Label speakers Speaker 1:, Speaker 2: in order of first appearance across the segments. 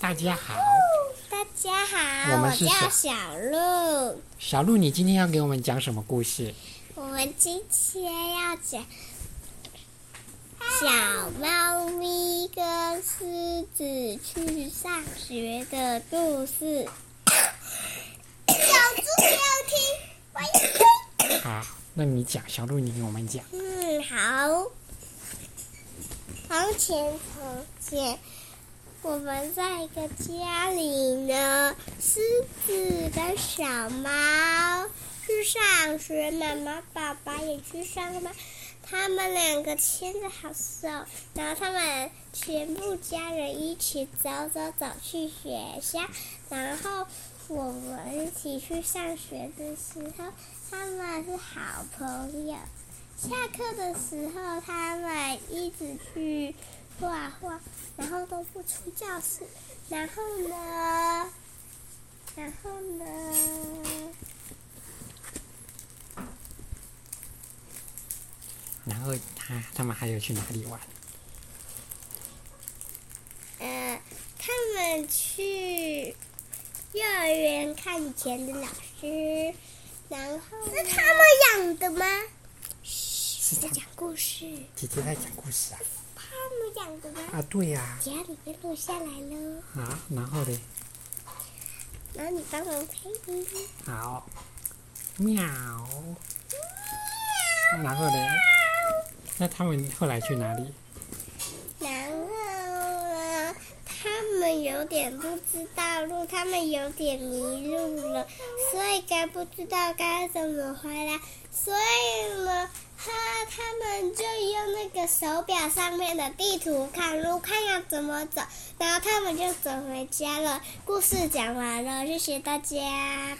Speaker 1: 大家好，
Speaker 2: 大家好，
Speaker 1: 我
Speaker 2: 我
Speaker 1: 们是
Speaker 2: 叫小鹿。
Speaker 1: 小鹿，你今天要给我们讲什么故事？
Speaker 2: 我们今天要讲小猫咪跟狮子去上学的故事。小猪没有听，我也听。
Speaker 1: 好，啊那你讲，小鹿，你给我们讲。
Speaker 2: 嗯，好。从前，从前，我们在一个家里呢，狮子跟小猫去上学，妈妈、爸爸也去上班。他们两个牵着好手，然后他们全部家人一起走走走去学校，然后我们一起去上学的时候，他们是好朋友。下课的时候，他们一直去画画，然后都不出教室。然后呢？然后呢？
Speaker 1: 然后他他们还有去哪里玩？
Speaker 2: 呃，他们去幼儿园看以前的老师，然后是他们养的吗？嘘，在讲故事。
Speaker 1: 姐姐在讲故事啊。
Speaker 2: 他们养的吗？
Speaker 1: 啊，对呀、
Speaker 2: 家里面录下来了，
Speaker 1: 啊。然后嘞，
Speaker 2: 然后你帮忙配音。
Speaker 1: 好，喵。然后嘞，那他们后来去哪里？
Speaker 2: 然后呢，他们有点不知道路，他们有点迷路了，所以该不知道该怎么回来。所以呢，他他们就用那个手表上面的地图看路，看要怎么走，然后他们就走回家了。故事讲完了，谢谢大家，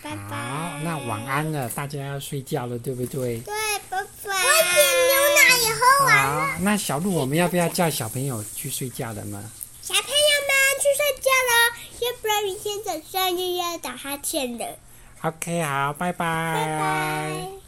Speaker 2: 拜
Speaker 1: 好
Speaker 2: 拜。，
Speaker 1: 啊那晚。安了，大家要睡觉了，对不对？
Speaker 2: 对，拜拜。我点牛奶以后
Speaker 1: 好，那小鹿，我们要不要叫小朋友去睡觉了呢？
Speaker 2: 小朋友们去睡觉了，要不然明天早上又要打哈欠了。
Speaker 1: OK，好，拜拜。
Speaker 2: 拜拜。